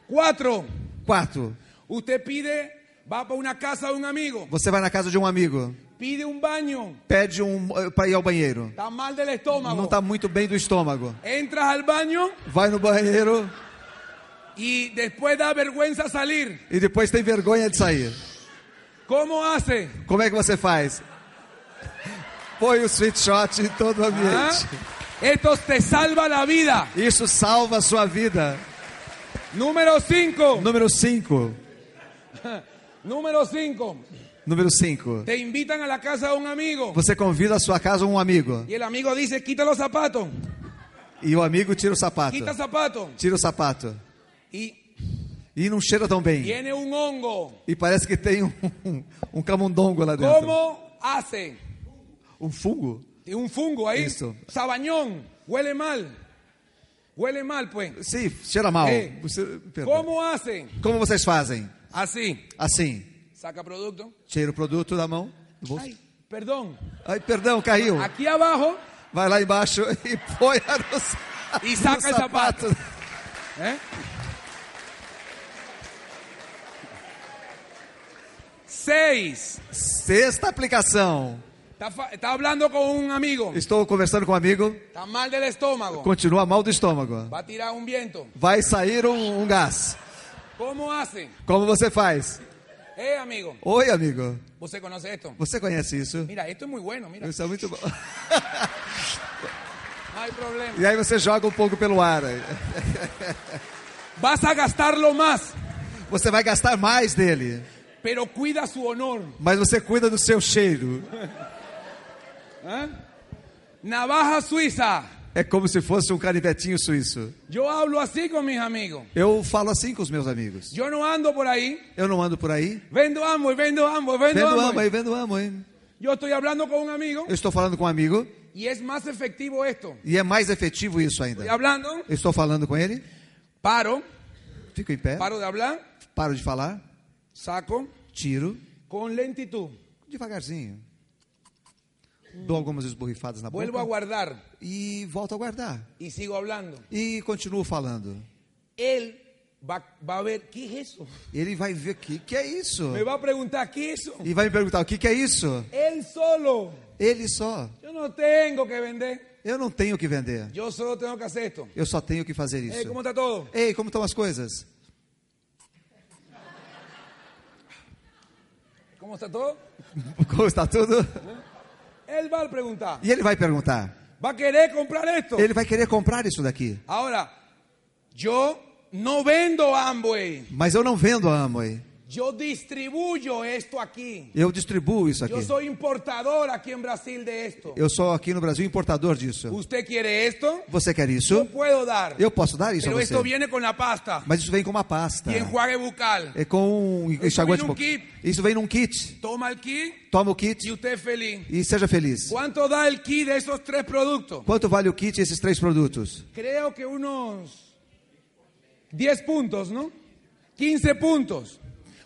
[SPEAKER 2] Cuatro,
[SPEAKER 3] Quarto,
[SPEAKER 2] usted pide, va para una casa de un amigo,
[SPEAKER 3] você vai na casa de um amigo,
[SPEAKER 2] pide un baño,
[SPEAKER 3] pede um para ir ao banheiro.
[SPEAKER 2] está mal del estómago.
[SPEAKER 3] Não está muito bem do estômago.
[SPEAKER 2] Entras al baño
[SPEAKER 3] Vai no banheiro
[SPEAKER 2] y después da vergüenza salir.
[SPEAKER 3] e depois tem vergonha de sair.
[SPEAKER 2] ¿Cómo hace?
[SPEAKER 3] Como é que você faz? Põe o sweet shot em todo o
[SPEAKER 2] ¿Ah?
[SPEAKER 3] ambiente.
[SPEAKER 2] Esto te salva la vida.
[SPEAKER 3] Isso salva a sua vida.
[SPEAKER 2] Número 5.
[SPEAKER 3] Número 5.
[SPEAKER 2] Número 5.
[SPEAKER 3] Número 5.
[SPEAKER 2] Te invitan a la casa de un amigo
[SPEAKER 3] Você convida a sua casa um amigo.
[SPEAKER 2] y el amigo dice, quita los zapatos,
[SPEAKER 3] E o amigo tira o sapato.
[SPEAKER 2] quita zapatos.
[SPEAKER 3] Tira o sapato.
[SPEAKER 2] Y
[SPEAKER 3] E não cheira tão bem.
[SPEAKER 2] tiene un hongo.
[SPEAKER 3] E parece que tem um, um camundongo lá dentro.
[SPEAKER 2] ¿Cómo hace?
[SPEAKER 3] Um fungo.
[SPEAKER 2] Tiene un fungo ahí.
[SPEAKER 3] Eso.
[SPEAKER 2] Sabañón. Huele mal. Huele mal, pues.
[SPEAKER 3] Sim, cheira mal.
[SPEAKER 2] Eh,
[SPEAKER 3] Você, perdão.
[SPEAKER 2] ¿Cómo hace?
[SPEAKER 3] Como vocês fazem?
[SPEAKER 2] Así.
[SPEAKER 3] Assim,
[SPEAKER 2] Saca producto.
[SPEAKER 3] tira o produto da mão, do bolso.
[SPEAKER 2] Ay, perdón.
[SPEAKER 3] Ai, perdão, caiu.
[SPEAKER 2] Aquí abajo.
[SPEAKER 3] Vai lá embaixo e põe a no,
[SPEAKER 2] E saca
[SPEAKER 3] no
[SPEAKER 2] o sapato. ¿eh? Seis.
[SPEAKER 3] Sexta aplicación.
[SPEAKER 2] Está, fa- está hablando con un amigo.
[SPEAKER 3] Estou conversando com um amigo,
[SPEAKER 2] Está mal del estómago.
[SPEAKER 3] continua mal do estômago.
[SPEAKER 2] Va a tirar un viento.
[SPEAKER 3] Vai sair um, um gás.
[SPEAKER 2] ¿Cómo hace?
[SPEAKER 3] Como você faz?
[SPEAKER 2] Eh, amigo.
[SPEAKER 3] Oi, amigo.
[SPEAKER 2] ¿Usted conoce esto?
[SPEAKER 3] Você conhece isso?
[SPEAKER 2] Mira, esto es muy bueno. Mira,
[SPEAKER 3] Isso é muito bom.
[SPEAKER 2] no hay problema.
[SPEAKER 3] E aí você joga um pouco pelo ar.
[SPEAKER 2] Vas a gastarlo más,
[SPEAKER 3] Você vai gastar mais dele,
[SPEAKER 2] pero cuida su honor.
[SPEAKER 3] mas você cuida do seu cheiro.
[SPEAKER 2] ¿eh? Navaja suiza.
[SPEAKER 3] É como se fosse um canivetinho suíço.
[SPEAKER 2] Yo hablo así con mis amigos.
[SPEAKER 3] Eu falo assim com os meus amigos.
[SPEAKER 2] Yo no ando por ahí.
[SPEAKER 3] Eu não ando por aí.
[SPEAKER 2] Vendo amo y vendo amo y vendo,
[SPEAKER 3] Vendo
[SPEAKER 2] amo.
[SPEAKER 3] amo, aí, vendo amo, hein?
[SPEAKER 2] Yo estoy hablando con un amigo
[SPEAKER 3] Eu estou falando com um amigo
[SPEAKER 2] y es más efectivo esto.
[SPEAKER 3] e é mais efetivo isso ainda.
[SPEAKER 2] Estoy hablando,
[SPEAKER 3] Eu estou falando com ele,
[SPEAKER 2] paro,
[SPEAKER 3] fico em pé,
[SPEAKER 2] paro de hablar,
[SPEAKER 3] paro de falar,
[SPEAKER 2] saco
[SPEAKER 3] tiro,
[SPEAKER 2] con lentitud,
[SPEAKER 3] devagarzinho. Dou algumas esborrifadas na
[SPEAKER 2] vuelvo a
[SPEAKER 3] boca
[SPEAKER 2] guardar
[SPEAKER 3] e volto a guardar.
[SPEAKER 2] y sigo hablando.
[SPEAKER 3] E continuo falando.
[SPEAKER 2] Él va, va a ver, ¿qué es eso?
[SPEAKER 3] Ele vai ver o que, que é isso.
[SPEAKER 2] Me va a preguntar, ¿qué es eso?
[SPEAKER 3] E vai me perguntar: o que, que é isso?
[SPEAKER 2] Él solo.
[SPEAKER 3] Ele só.
[SPEAKER 2] Yo no tengo que vender.
[SPEAKER 3] Eu não tenho o que vender.
[SPEAKER 2] Yo solo tengo que hacer esto.
[SPEAKER 3] Eu só tenho que fazer
[SPEAKER 2] Eh,
[SPEAKER 3] isso.
[SPEAKER 2] ¿Cómo está todo?
[SPEAKER 3] Ei, como estão as coisas?
[SPEAKER 2] ¿Cómo está todo?
[SPEAKER 3] Como está tudo?
[SPEAKER 2] Él va a preguntar.
[SPEAKER 3] E ele vai perguntar.
[SPEAKER 2] ¿Va a querer comprar esto?
[SPEAKER 3] Ele vai querer comprar isso daqui.
[SPEAKER 2] Ahora, yo no vendo Amway.
[SPEAKER 3] Mas eu não vendo a Amway.
[SPEAKER 2] Yo distribuyo esto aquí.
[SPEAKER 3] Eu distribuo isso aqui.
[SPEAKER 2] Yo soy importador aquí en Brasil de esto.
[SPEAKER 3] Eu sou aqui no Brasil importador disso.
[SPEAKER 2] ¿Usted quiere esto?
[SPEAKER 3] Você quer
[SPEAKER 2] Yo
[SPEAKER 3] isso?
[SPEAKER 2] puedo dar.
[SPEAKER 3] Eu posso dar isso a
[SPEAKER 2] Pero
[SPEAKER 3] você.
[SPEAKER 2] esto viene con la pasta
[SPEAKER 3] Mas isso vem com uma pasta.
[SPEAKER 2] y enjuague bucal.
[SPEAKER 3] É com um enxaguante.
[SPEAKER 2] vem num
[SPEAKER 3] bo- Isso vem num kit.
[SPEAKER 2] Toma el kit
[SPEAKER 3] Toma o
[SPEAKER 2] y
[SPEAKER 3] kit
[SPEAKER 2] usted es feliz.
[SPEAKER 3] e seja feliz.
[SPEAKER 2] ¿Cuánto da el kit de esos tres productos?
[SPEAKER 3] Quanto vale o kit e esses três produtos?
[SPEAKER 2] Creo que unos 10 puntos, ¿no? 15 puntos.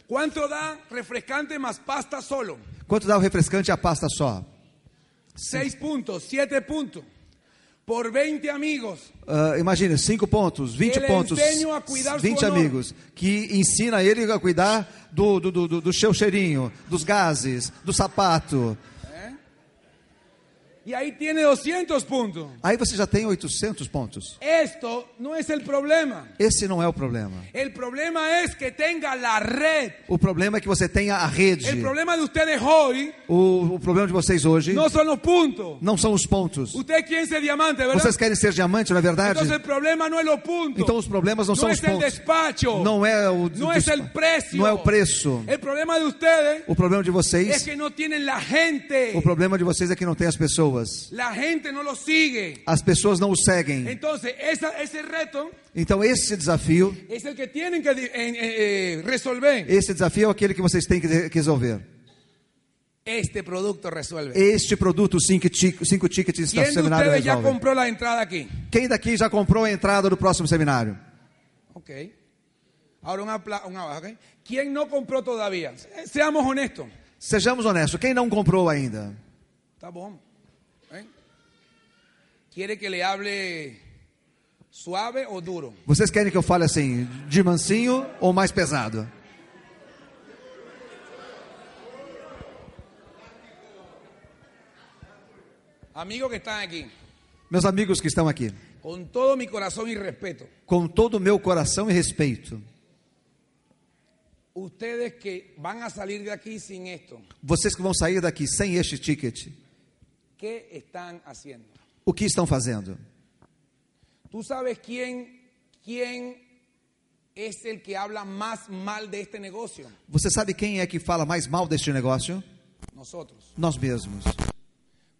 [SPEAKER 2] ¿Cuánto da refrescante más pasta solo?
[SPEAKER 3] Quanto dá o refrescante e a pasta só?
[SPEAKER 2] 6 puntos, 7 puntos. Por 20 amigos.
[SPEAKER 3] Ah, imagina, 5 pontos, 20
[SPEAKER 2] Ele
[SPEAKER 3] pontos,
[SPEAKER 2] ensina a cuidar do
[SPEAKER 3] 20
[SPEAKER 2] seu nome.
[SPEAKER 3] amigos, que ensina ele a cuidar do, do, do, do- do seu cheirinho, dos gases, do sapato.
[SPEAKER 2] Y ahí tiene 200 puntos.
[SPEAKER 3] Aí você já tem 800 pontos.
[SPEAKER 2] Esto no es el problema.
[SPEAKER 3] Esse não é o problema.
[SPEAKER 2] El problema es que tenga la red.
[SPEAKER 3] O problema é que você tenha a rede.
[SPEAKER 2] El problema de ustedes hoy
[SPEAKER 3] O, o problema de vocês hoje
[SPEAKER 2] no son los puntos.
[SPEAKER 3] não são os pontos.
[SPEAKER 2] Ustedes quieren ser diamante, ¿verdad?
[SPEAKER 3] Vocês querem ser diamante, não é verdade?
[SPEAKER 2] Entonces el problema no es los puntos.
[SPEAKER 3] Então os problemas não
[SPEAKER 2] No
[SPEAKER 3] são os
[SPEAKER 2] es el
[SPEAKER 3] pontos.
[SPEAKER 2] despacho.
[SPEAKER 3] Não é o
[SPEAKER 2] No es el precio.
[SPEAKER 3] Não é o preço.
[SPEAKER 2] El problema de ustedes
[SPEAKER 3] O problema de
[SPEAKER 2] es
[SPEAKER 3] vocês,
[SPEAKER 2] É que no tienen la gente.
[SPEAKER 3] o problema de vocês é que não tem as pessoas.
[SPEAKER 2] La gente no lo sigue.
[SPEAKER 3] As pessoas não o seguem.
[SPEAKER 2] Entonces, esa- ese reto
[SPEAKER 3] Então esse desafio,
[SPEAKER 2] es el que tienen que di- en- eh, eh, resolver.
[SPEAKER 3] esse desafio é aquele que vocês têm que de- que resolver.
[SPEAKER 2] Este producto resuelve.
[SPEAKER 3] Este produto cinco, tic, cinco tickets está
[SPEAKER 2] ¿Quién de
[SPEAKER 3] seminário
[SPEAKER 2] ustedes ya
[SPEAKER 3] resolve.
[SPEAKER 2] compró la entrada aquí?
[SPEAKER 3] Quem daqui já comprou a entrada do próximo seminário?
[SPEAKER 2] Ok. Ahora una, pla- una baja. ok. ¿Quién no compró todavía? Se- Seamos honestos.
[SPEAKER 3] Sejamos honestos, quem não comprou ainda?
[SPEAKER 2] Está bom. ¿Eh? ¿Quiere que le hable suave o duro?
[SPEAKER 3] Vocês querem que eu fale assim, de mansinho ou mais pesado?
[SPEAKER 2] Amigos que están aquí,
[SPEAKER 3] Meus amigos que estão aqui,
[SPEAKER 2] con todo mi corazón y respeto,
[SPEAKER 3] com todo o meu coração e respeito,
[SPEAKER 2] ustedes que van a salir de aquí sin esto,
[SPEAKER 3] vocês que vão sair daqui sem este ticket,
[SPEAKER 2] ¿qué están haciendo?
[SPEAKER 3] o que estão fazendo?
[SPEAKER 2] ¿Tú sabes quién, quién es el que habla más mal de este negocio?
[SPEAKER 3] Você sabe quem é que fala mais mal deste negócio?
[SPEAKER 2] Nosotros.
[SPEAKER 3] Nós mesmos.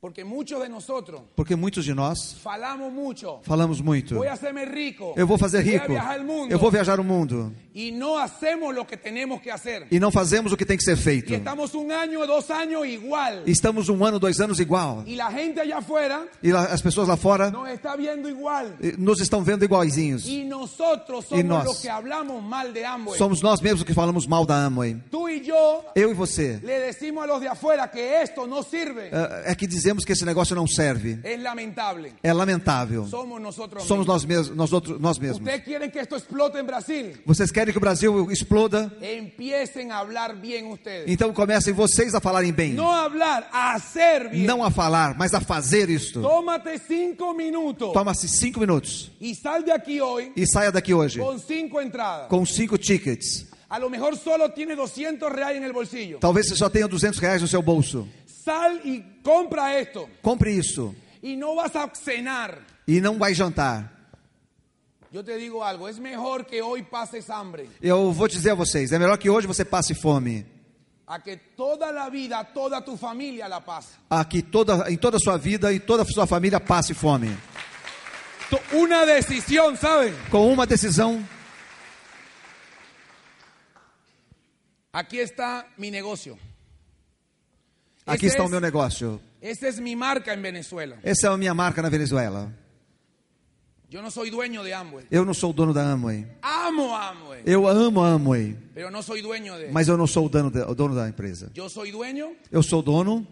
[SPEAKER 2] Porque muchos de nosotros
[SPEAKER 3] Porque muitos de nós
[SPEAKER 2] falamos mucho.
[SPEAKER 3] falamos muito.
[SPEAKER 2] Voy a hacerme rico.
[SPEAKER 3] Eu vou fazer rico.
[SPEAKER 2] Voy a viajar al mundo.
[SPEAKER 3] Eu vou viajar o mundo.
[SPEAKER 2] Y no hacemos lo que tenemos que hacer.
[SPEAKER 3] E não fazemos o que tem que ser feito.
[SPEAKER 2] Y estamos un año o dos años igual.
[SPEAKER 3] Estamos um ano, dois anos igual.
[SPEAKER 2] Y la gente allá afuera
[SPEAKER 3] E lá- as pessoas lá fora
[SPEAKER 2] nos está viendo igual.
[SPEAKER 3] eh, nos estão vendo iguaizinhos.
[SPEAKER 2] Y nosotros
[SPEAKER 3] Y
[SPEAKER 2] somos
[SPEAKER 3] nos.
[SPEAKER 2] los que hablamos mal de Amway.
[SPEAKER 3] Somos nós mesmos que falamos mal da Amway.
[SPEAKER 2] Tú y yo
[SPEAKER 3] Eu e você.
[SPEAKER 2] le decimos a los de afuera que esto no sirve.
[SPEAKER 3] eh, É que dizemos que esse negócio não serve.
[SPEAKER 2] Es lamentable.
[SPEAKER 3] É lamentável.
[SPEAKER 2] Somos nosotros mismos.
[SPEAKER 3] Somos nós mesmos, nós, outros, nós mesmos.
[SPEAKER 2] Ustedes quieren que esto explote en Brasil.
[SPEAKER 3] Vocês querem que o Brasil exploda?
[SPEAKER 2] Empiecen a hablar bien ustedes.
[SPEAKER 3] Então comecem vocês a falarem bem.
[SPEAKER 2] No hablar, a hacer bien.
[SPEAKER 3] Não a falar, mas a fazer isto.
[SPEAKER 2] Tómate cinco minutos
[SPEAKER 3] Toma-se cinco minutos
[SPEAKER 2] y sal de aquí hoy
[SPEAKER 3] e saia daqui hoje
[SPEAKER 2] con cinco entradas.
[SPEAKER 3] com cinco tickets.
[SPEAKER 2] A lo mejor solo tiene 200 reales en el bolsillo.
[SPEAKER 3] Talvez você só tenha 200 reais no seu bolso.
[SPEAKER 2] Sal y compra esto.
[SPEAKER 3] Compre isso
[SPEAKER 2] Y no vas a cenar.
[SPEAKER 3] e não vai jantar.
[SPEAKER 2] Yo te digo algo, es mejor que hoy pases hambre.
[SPEAKER 3] Eu vou dizer a vocês, é melhor que hoje você passe fome.
[SPEAKER 2] A que toda la vida, toda tu familia la pase.
[SPEAKER 3] A que toda, em toda a sua vida e toda a sua família passe fome.
[SPEAKER 2] To- Una decisión, ¿saben?
[SPEAKER 3] Com uma decisão,
[SPEAKER 2] Aquí está mi negocio.
[SPEAKER 3] aqui
[SPEAKER 2] Ese
[SPEAKER 3] está o
[SPEAKER 2] es-
[SPEAKER 3] meu negócio.
[SPEAKER 2] Essa es mi marca en Venezuela.
[SPEAKER 3] Essa é a minha marca na Venezuela.
[SPEAKER 2] Yo no soy dueño de Amway.
[SPEAKER 3] Eu não sou o dono da Amway.
[SPEAKER 2] Amo Amway,
[SPEAKER 3] Eu amo a Amway,
[SPEAKER 2] pero no soy dueño de.
[SPEAKER 3] mas eu não sou o dono da, o dono da empresa.
[SPEAKER 2] Yo soy dueño
[SPEAKER 3] Eu sou dono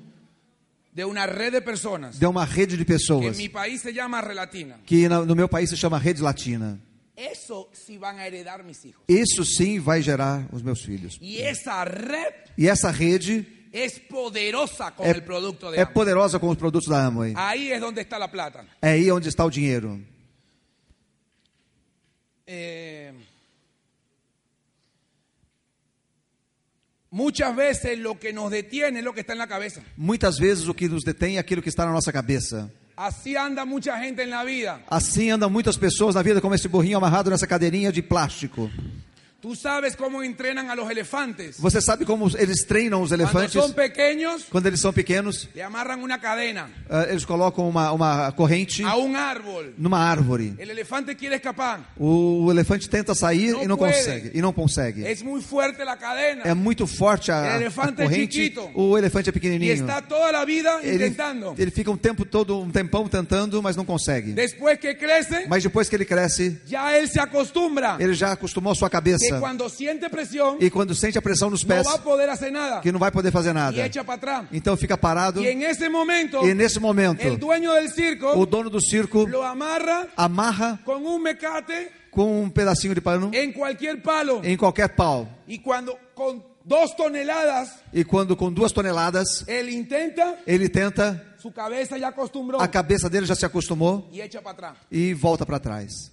[SPEAKER 2] de una red de personas
[SPEAKER 3] de uma rede de
[SPEAKER 2] que
[SPEAKER 3] pessoas
[SPEAKER 2] en mi país se llama Relatina.
[SPEAKER 3] que na- no meu país se chama Rede Latina.
[SPEAKER 2] Eso sí van a heredar mis hijos.
[SPEAKER 3] Isso sim vai gerar os meus filhos.
[SPEAKER 2] Y esa red
[SPEAKER 3] E essa rede
[SPEAKER 2] es poderosa con
[SPEAKER 3] é,
[SPEAKER 2] el producto de
[SPEAKER 3] é
[SPEAKER 2] Amway.
[SPEAKER 3] poderosa com os produtos da Amway.
[SPEAKER 2] Ahí es donde está la plata.
[SPEAKER 3] É aí onde está o dinheiro.
[SPEAKER 2] Eh, muchas veces lo que nos detiene es lo que está en la cabeza.
[SPEAKER 3] Muitas vezes o que nos detém é aquilo que está na nossa cabeça.
[SPEAKER 2] Así anda mucha gente en la vida.
[SPEAKER 3] Assim andam muitas pessoas na vida como esse burrinho amarrado nessa cadeirinha de plástico.
[SPEAKER 2] Tú sabes cómo entrenan a los elefantes.
[SPEAKER 3] Você sabe como os- eles treinam os
[SPEAKER 2] Cuando
[SPEAKER 3] elefantes
[SPEAKER 2] son pequeños,
[SPEAKER 3] quando eles são pequenos?
[SPEAKER 2] le amarran una cadena
[SPEAKER 3] Ah, eles colocam uma, uma corrente
[SPEAKER 2] a un árbol.
[SPEAKER 3] numa árvore.
[SPEAKER 2] El elefante quiere escapar.
[SPEAKER 3] O, o elefante tenta sair
[SPEAKER 2] Não
[SPEAKER 3] e não
[SPEAKER 2] puede.
[SPEAKER 3] consegue. E não consegue.
[SPEAKER 2] Es muy fuerte la
[SPEAKER 3] É
[SPEAKER 2] cadena.
[SPEAKER 3] muito forte a,
[SPEAKER 2] El
[SPEAKER 3] a
[SPEAKER 2] elefante é
[SPEAKER 3] corrente.
[SPEAKER 2] chiquito.
[SPEAKER 3] O elefante
[SPEAKER 2] Y
[SPEAKER 3] é pequenininho.
[SPEAKER 2] está toda la vida
[SPEAKER 3] Ele,
[SPEAKER 2] intentando.
[SPEAKER 3] ele fica um tempo todo, um tempão tentando, mas não consegue.
[SPEAKER 2] Después que crece,
[SPEAKER 3] Mas depois que ele cresce,
[SPEAKER 2] ya él se acostumbra
[SPEAKER 3] ele já acostumou a sua
[SPEAKER 2] que
[SPEAKER 3] cabeça.
[SPEAKER 2] cuando siente presión,
[SPEAKER 3] E quando sente a pressão nos
[SPEAKER 2] no
[SPEAKER 3] pés,
[SPEAKER 2] va a poder hacer nada.
[SPEAKER 3] que não vai poder fazer nada.
[SPEAKER 2] y echa para atrás.
[SPEAKER 3] Então fica parado.
[SPEAKER 2] Y en ese momento,
[SPEAKER 3] E nesse momento,
[SPEAKER 2] el dueño del circo
[SPEAKER 3] o dono do circo
[SPEAKER 2] É lo amarra
[SPEAKER 3] amarra
[SPEAKER 2] con un mecate
[SPEAKER 3] com um pedacinho de pano
[SPEAKER 2] en cualquier palo.
[SPEAKER 3] em qualquer pau.
[SPEAKER 2] Y cuando con dos toneladas
[SPEAKER 3] E quando com duas toneladas
[SPEAKER 2] él intenta,
[SPEAKER 3] ele tenta,
[SPEAKER 2] su cabeza ya acostumbró
[SPEAKER 3] a cabeça dele já se acostumou
[SPEAKER 2] y echa para atrás.
[SPEAKER 3] e volta para trás.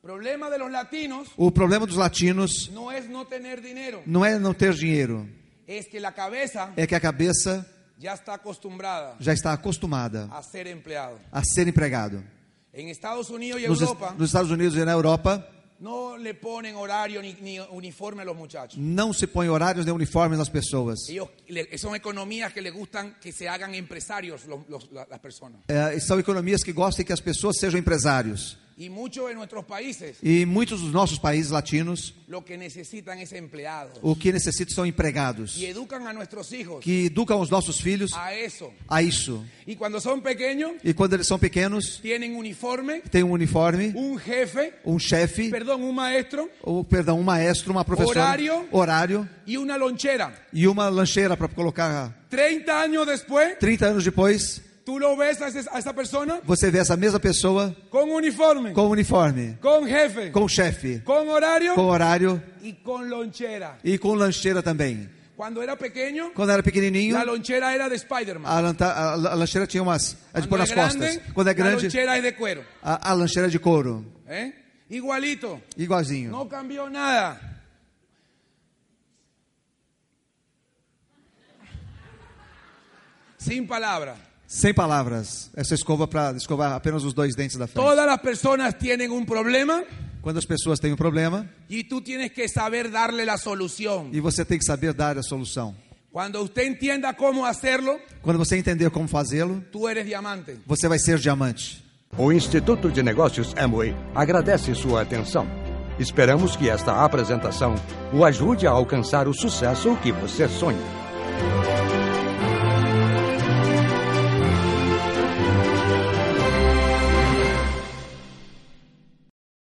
[SPEAKER 2] Problema de los latinos
[SPEAKER 3] O problema dos latinos
[SPEAKER 2] no es no tener dinero,
[SPEAKER 3] não é não ter dinheiro,
[SPEAKER 2] es que la cabeza
[SPEAKER 3] é que a cabeça
[SPEAKER 2] ya está acostumbrada
[SPEAKER 3] já está acostumada
[SPEAKER 2] a ser empleado.
[SPEAKER 3] a ser empregado.
[SPEAKER 2] En Estados Unidos y
[SPEAKER 3] Nos, es-
[SPEAKER 2] Europa
[SPEAKER 3] nos Estados Unidos e na Europa
[SPEAKER 2] no le ponen horario ni, ni uniforme a los muchachos.
[SPEAKER 3] não se põe horários nem uniformes nas pessoas.
[SPEAKER 2] Ellos le- son economías que les gustan que se hagan empresarios los- los- la- las personas.
[SPEAKER 3] É, são economias que gostam que as pessoas sejam empresários.
[SPEAKER 2] Y muchos de nuestros países
[SPEAKER 3] E muitos dos nossos países latinos,
[SPEAKER 2] lo que necesitan es empleados.
[SPEAKER 3] o que necessitam são empregados,
[SPEAKER 2] Y educan a nuestros hijos
[SPEAKER 3] que educam os nossos filhos
[SPEAKER 2] a eso.
[SPEAKER 3] a isso.
[SPEAKER 2] Y cuando son pequeños,
[SPEAKER 3] E quando eles são pequenos,
[SPEAKER 2] tienen uniforme,
[SPEAKER 3] tem um uniforme,
[SPEAKER 2] un jefe,
[SPEAKER 3] um chefe,
[SPEAKER 2] perdón, un maestro
[SPEAKER 3] ou perdão, um maestro, uma professora,
[SPEAKER 2] Horário.
[SPEAKER 3] horário
[SPEAKER 2] y una lonchera.
[SPEAKER 3] e uma lancheira para colocar.
[SPEAKER 2] 30 años después,
[SPEAKER 3] 30 anos depois,
[SPEAKER 2] tú lo ves a ese- a esa persona
[SPEAKER 3] você vê essa mesma pessoa
[SPEAKER 2] con uniforme,
[SPEAKER 3] com uniforme,
[SPEAKER 2] con jefe,
[SPEAKER 3] com chefe,
[SPEAKER 2] con horario
[SPEAKER 3] com horário
[SPEAKER 2] y con lonchera.
[SPEAKER 3] e com lancheira também.
[SPEAKER 2] Cuando era pequeño,
[SPEAKER 3] Quando era pequenininho,
[SPEAKER 2] la lonchera era de Spider-Man.
[SPEAKER 3] a, lanta- a- a lancheira tinha umas a de
[SPEAKER 2] Cuando
[SPEAKER 3] pôr nas
[SPEAKER 2] es grande,
[SPEAKER 3] costas. Quando é
[SPEAKER 2] la
[SPEAKER 3] grande,
[SPEAKER 2] lonchera es de cuero.
[SPEAKER 3] a, a lancheira é de couro,
[SPEAKER 2] ¿eh? Igualito.
[SPEAKER 3] igualzinho.
[SPEAKER 2] No cambió nada. Sin palabra.
[SPEAKER 3] Sem palavras. Essa escova para escovar apenas os dois dentes da frente.
[SPEAKER 2] Todas las personas tienen un problema
[SPEAKER 3] Quando as pessoas têm um problema
[SPEAKER 2] Y tú tienes que saber darle la solución.
[SPEAKER 3] e você tem que saber dar a solução.
[SPEAKER 2] Cuando usted entienda cómo hacerlo,
[SPEAKER 3] Quando você entender como fazê-lo,
[SPEAKER 2] tú eres diamante.
[SPEAKER 3] você vai ser diamante.
[SPEAKER 1] O Instituto de Negócios Amway agradece sua atenção. Esperamos que esta apresentação o ajude a alcançar o sucesso que você sonha.